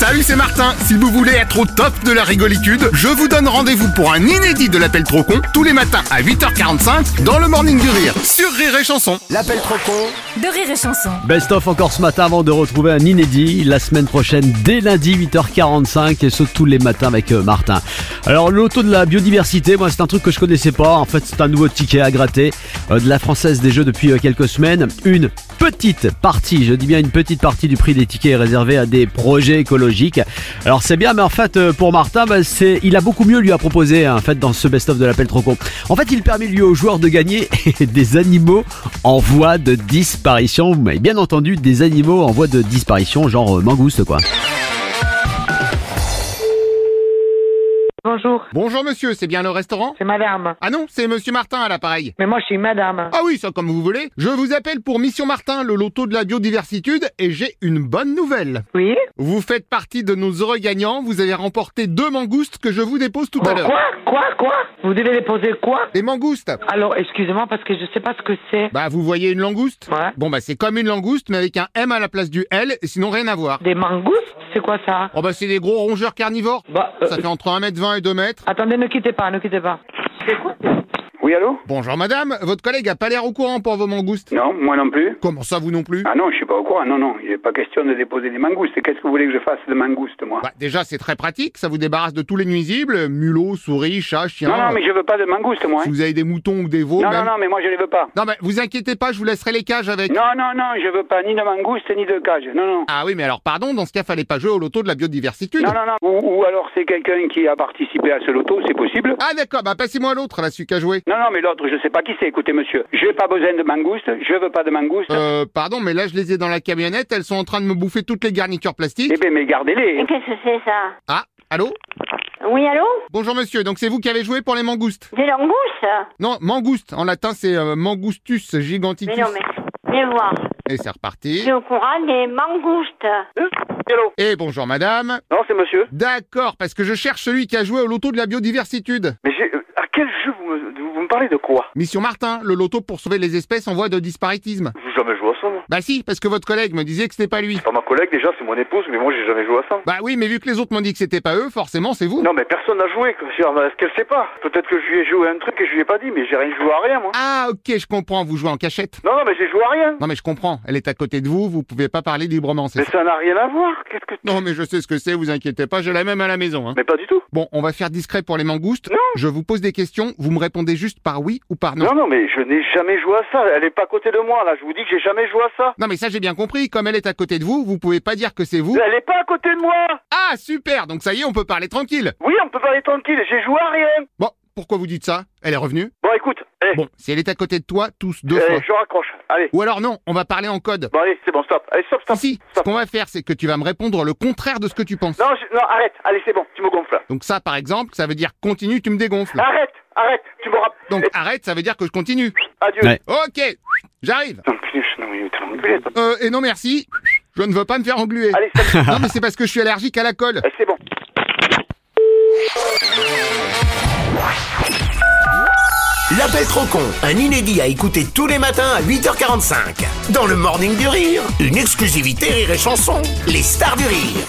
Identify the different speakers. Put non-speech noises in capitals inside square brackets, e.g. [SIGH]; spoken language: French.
Speaker 1: Salut, c'est Martin. Si vous voulez être au top de la rigolitude, je vous donne rendez-vous pour un inédit de l'appel trop con tous les matins à 8h45 dans le Morning du Rire sur Rire et Chanson.
Speaker 2: L'appel trop con
Speaker 3: de rire et chanson.
Speaker 4: Best of encore ce matin avant de retrouver un inédit la semaine prochaine dès lundi 8h45 et ce tous les matins avec euh, Martin. Alors l'auto de la biodiversité, moi c'est un truc que je connaissais pas. En fait c'est un nouveau ticket à gratter euh, de la française des jeux depuis euh, quelques semaines. Une petite partie, je dis bien une petite partie du prix des tickets est réservée à des projets écologiques. Alors c'est bien, mais en fait euh, pour Martin, bah, c'est il a beaucoup mieux lui à proposer hein, en fait dans ce best of de l'appel trop con. En fait il permet lui aux joueurs de gagner [LAUGHS] des animaux en voie de disparition. Vous m'avez bien entendu, des animaux en voie de disparition, genre euh, mangouste quoi.
Speaker 5: Bonjour,
Speaker 1: Bonjour monsieur, c'est bien le restaurant
Speaker 5: c'est madame.
Speaker 1: Ah non, c'est monsieur Martin à l'appareil.
Speaker 5: Mais moi, je suis madame.
Speaker 1: Ah oui, ça comme vous voulez. Je vous appelle pour Mission Martin, le loto de la biodiversité et j'ai une bonne nouvelle.
Speaker 5: Oui
Speaker 1: Vous faites partie de nos heureux gagnants, vous avez remporté deux mangoustes que je vous dépose tout à
Speaker 5: Bon,
Speaker 1: l'heure.
Speaker 5: Quoi Quoi Quoi Vous devez déposer quoi
Speaker 1: Des mangoustes
Speaker 5: Alors, excusez-moi parce que je sais pas ce que c'est.
Speaker 1: Bah vous voyez une langouste
Speaker 5: Ouais.
Speaker 1: Bon bah c'est comme une langouste mais avec un M à la place du L, et sinon rien à voir.
Speaker 5: Des mangoustes C'est quoi ça
Speaker 1: Oh bah c'est des gros rongeurs carnivores.
Speaker 5: Bah, euh,
Speaker 1: Ça fait entre 1m20 et 2m.
Speaker 5: attendez, ne quittez pas, ne quittez pas. C'est quoi
Speaker 6: Oui, allô
Speaker 1: Bonjour madame, votre collègue a pas l'air au courant pour vos mangoustes.
Speaker 6: Non, moi non plus.
Speaker 1: Comment ça vous non plus
Speaker 6: Ah non, je suis pas au courant. Non, non, il n'est pas question de déposer des mangoustes. Qu'est-ce que vous voulez que je fasse de mangoustes, moi
Speaker 1: Bah déjà c'est très pratique, ça vous débarrasse de tous les nuisibles, mulots, souris, chats, chiens.
Speaker 6: Non, non, mais je veux pas de mangoustes, moi.
Speaker 1: Si
Speaker 6: hein.
Speaker 1: vous avez des moutons ou des veaux
Speaker 6: Non, non,
Speaker 1: même.
Speaker 6: non, mais moi je les veux pas.
Speaker 1: Non, mais vous inquiétez pas, je vous laisserai les cages avec.
Speaker 6: Non, non, non, je veux pas ni de mangoustes ni de cage. Non, non.
Speaker 1: Ah oui, mais alors pardon, dans ce cas fallait pas jouer au loto de la biodiversité.
Speaker 6: Non, non, non. Ou, ou alors c'est quelqu'un qui a participé à ce loto, c'est possible
Speaker 1: Ah d'accord, bah passez-moi l'autre, là, celui qui a joué.
Speaker 6: Non, non, mais l'autre, je sais pas qui c'est. Écoutez, monsieur, j'ai pas besoin de mangoustes. Je veux pas de mangoustes.
Speaker 1: Euh, pardon, mais là je les ai dans la camionnette, elles sont en train de me bouffer toutes les garnitures plastiques.
Speaker 6: Eh bien, mais gardez-les.
Speaker 7: Mais Qu'est-ce que c'est ça
Speaker 1: Ah, allô
Speaker 7: Oui, allô
Speaker 1: Bonjour monsieur, donc c'est vous qui avez joué pour les mangoustes
Speaker 7: Des langoustes
Speaker 1: Non, mangoustes, en latin c'est euh, mangoustus giganticus.
Speaker 7: Mais non, mais viens voir.
Speaker 1: Et c'est reparti.
Speaker 7: Je suis au courant des mangoustes.
Speaker 1: Et bonjour madame.
Speaker 6: Euh, Non, c'est monsieur.
Speaker 1: D'accord, parce que je cherche celui qui a joué au loto de la biodiversité.
Speaker 6: Mais euh, à quel jeu vous me, vous me parlez de quoi
Speaker 1: Mission Martin, le loto pour sauver les espèces en voie de disparitisme.
Speaker 6: Vous jamais joué à ça, moi.
Speaker 1: Bah si, parce que votre collègue me disait que c'était pas lui.
Speaker 6: Pas ma collègue déjà, c'est mon épouse, mais moi j'ai jamais joué à ça.
Speaker 1: Bah oui, mais vu que les autres m'ont dit que c'était pas eux, forcément c'est vous.
Speaker 6: Non, mais personne n'a joué. quoi. Je veux dire, Est-ce qu'elle sait pas Peut-être que je lui ai joué un truc et je lui ai pas dit, mais j'ai rien joué à rien, moi.
Speaker 1: Ah ok, je comprends, vous jouez en cachette.
Speaker 6: Non, non, mais j'ai joué à rien.
Speaker 1: Non mais je comprends, elle est à côté de vous, vous pouvez pas parler librement, c'est
Speaker 6: Mais
Speaker 1: ça.
Speaker 6: ça n'a rien à voir. Qu'est-ce que.
Speaker 1: Non mais je sais ce que c'est, vous inquiétez pas, j'ai la même à la maison. Hein.
Speaker 6: Mais pas du tout.
Speaker 1: Bon, on va faire discret pour les mangoustes.
Speaker 6: Non.
Speaker 1: Je vous pose des questions, vous me répondez juste par oui ou par non.
Speaker 6: Non, non, mais je n'ai jamais joué à ça. Elle est pas à côté de moi, là. Je vous dis que j'ai jamais joué à ça.
Speaker 1: Non mais ça j'ai bien compris, comme elle est à côté de vous, vous pouvez pas dire que c'est vous.
Speaker 6: Elle est pas à côté de moi.
Speaker 1: Ah super, donc ça y est, on peut parler tranquille.
Speaker 6: Oui, on peut parler tranquille. J'ai joué à rien.
Speaker 1: Bon, pourquoi vous dites ça Elle est revenue
Speaker 6: Bon, écoute. Eh,
Speaker 1: Bon, si elle est à côté de toi, tous deux
Speaker 6: eh,
Speaker 1: fois.
Speaker 6: je raccroche. Allez.
Speaker 1: Ou alors non, on va parler en code.
Speaker 6: Bon, allez, c'est bon, stop. Allez, stop, stop.
Speaker 1: Ici, ce
Speaker 6: stop.
Speaker 1: qu'on va faire, c'est que tu vas me répondre le contraire de ce que tu penses.
Speaker 6: Non, je- non, arrête. Allez, c'est bon. Tu me gonfles.
Speaker 1: Donc ça, par exemple, ça veut dire continue, tu me dégonfles.
Speaker 6: Arrête, arrête. Tu me rappelles.
Speaker 1: Donc arrête, ça veut dire que je continue.
Speaker 6: Adieu.
Speaker 4: Ouais.
Speaker 1: Ok, j'arrive.
Speaker 6: Non, putain, je- non, il est tellement enculé, toi.
Speaker 1: Euh, et non merci, je ne veux pas me faire engluer.
Speaker 6: Allez, stop.
Speaker 1: [LAUGHS] Non mais c'est parce que je suis allergique à la colle.
Speaker 6: Eh, c'est bon.
Speaker 2: L'appel trop con, un inédit à écouter tous les matins à 8h45. Dans le Morning du Rire, une exclusivité Rire et Chanson, les stars du rire.